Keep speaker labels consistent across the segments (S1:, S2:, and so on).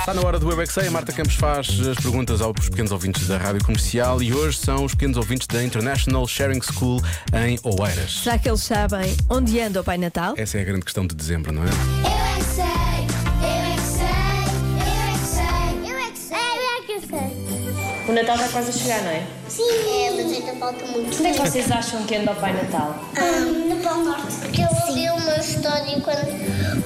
S1: Está na hora do WebXA, a Marta Campos faz as perguntas aos pequenos ouvintes da Rádio Comercial e hoje são os pequenos ouvintes da International Sharing School em Oeiras.
S2: Será que eles sabem onde anda o Pai Natal?
S1: Essa é a grande questão de dezembro, não é?
S3: Eu é que sei, eu é que sei, eu é que sei, eu é que sei, eu é que sei.
S4: O Natal está quase a chegar, não é?
S3: Sim, é, mas ainda falta muito.
S4: Onde é que vocês acham que anda o Pai Natal?
S3: no Pão Norte. Porque eu ouvi uma história quando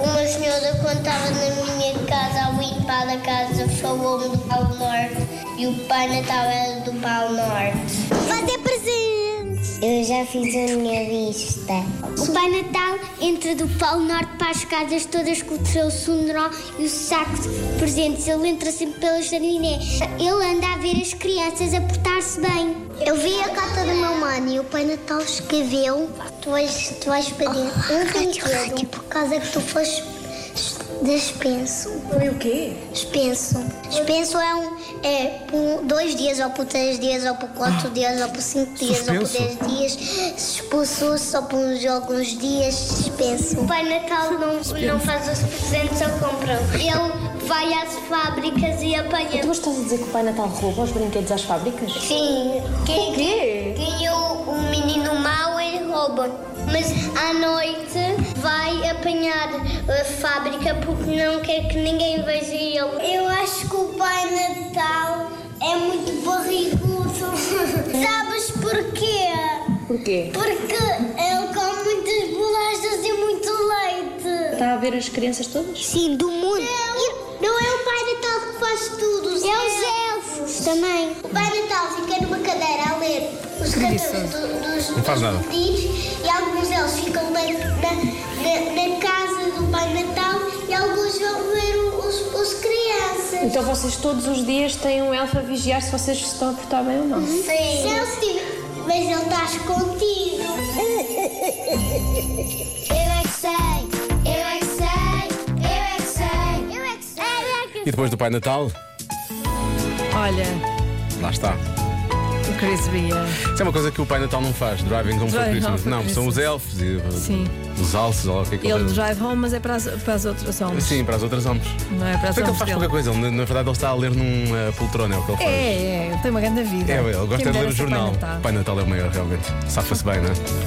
S3: uma senhora quando estava na minha casa ao limpar a casa falou-me do Pão Norte e o Pai Natal era do Pão Norte. Vai ter presentes! Eu já fiz a minha lista. O Pai Natal entra do Polo Norte para as casas todas com o seu sundaron e o saco de presentes. Ele entra sempre pela jardiné. Ele anda a ver as crianças a portar-se bem. Eu vi a carta da mamãe e o Pai Natal escreveu: Tu vais, tu vais pedir um brinquedo por causa que tu foste despenso.
S4: E o quê?
S3: Expenso. Expenso é um. É por dois dias, ou por três dias, ou por quatro dias, ou por cinco dias, ou
S1: suspenso.
S3: por dez dias. Expulsou só por uns alguns dias, suspenso. O Pai Natal não, não faz os presentes ou compra. Ele vai às fábricas e apanha.
S4: Tu estás a dizer que o Pai Natal rouba os brinquedos às fábricas?
S3: Sim. Quem,
S4: quê?
S3: quem é o, o menino mau, ele rouba. Mas à noite vai apanhar a fábrica porque não quer que ninguém veja ele. Eu acho que o Pai Natal é muito barrigudo. Sabes porquê?
S4: Porquê?
S3: Porque ele come muitas bolachas e muito leite.
S4: Está a ver as crianças todas?
S3: Sim, do mundo. Não, não é o Pai Natal que faz tudo. É os elfos também. O Pai Natal fica numa cadeira a ler os cantores do- dos,
S1: Não faz
S3: dos
S1: nada.
S3: pedidos e alguns elfos ficam na, na, na- na casa do Pai Natal e alguns vão ver os, os crianças.
S4: Então vocês todos os dias têm um elfo a vigiar se vocês se estão a portar bem ou não.
S3: Então, Sim. mas ele está escondido. eu é que sei, eu é que sei, eu é que sei, eu é que sei, eu é que
S1: E depois do Pai Natal,
S2: Olha,
S1: lá está.
S2: o Chris Bia.
S1: Isso é uma coisa que o Pai Natal não faz, Driving Home for
S2: Driving
S1: Christmas.
S2: Home for
S1: não, são os
S2: Christmas.
S1: elfos e uh,
S2: Sim.
S1: os alces, ou lá o que é que
S2: Ele
S1: eles-
S2: drive home, mas é para as, para as outras homens.
S1: Sim, para as outras homens.
S2: Não é para
S1: Como é
S2: as
S1: que ele faz
S2: homens dele.
S1: qualquer coisa? Ele, na verdade, ele está a ler num uh, poltrona, é o que ele faz.
S2: É, é, ele tem uma grande vida.
S1: É, ele
S2: Quem
S1: gosta
S2: me
S1: de ler
S2: dera
S1: o
S2: ser Pai
S1: jornal.
S2: Natal.
S1: Pai Natal é o maior, realmente. Safa-se bem, não é?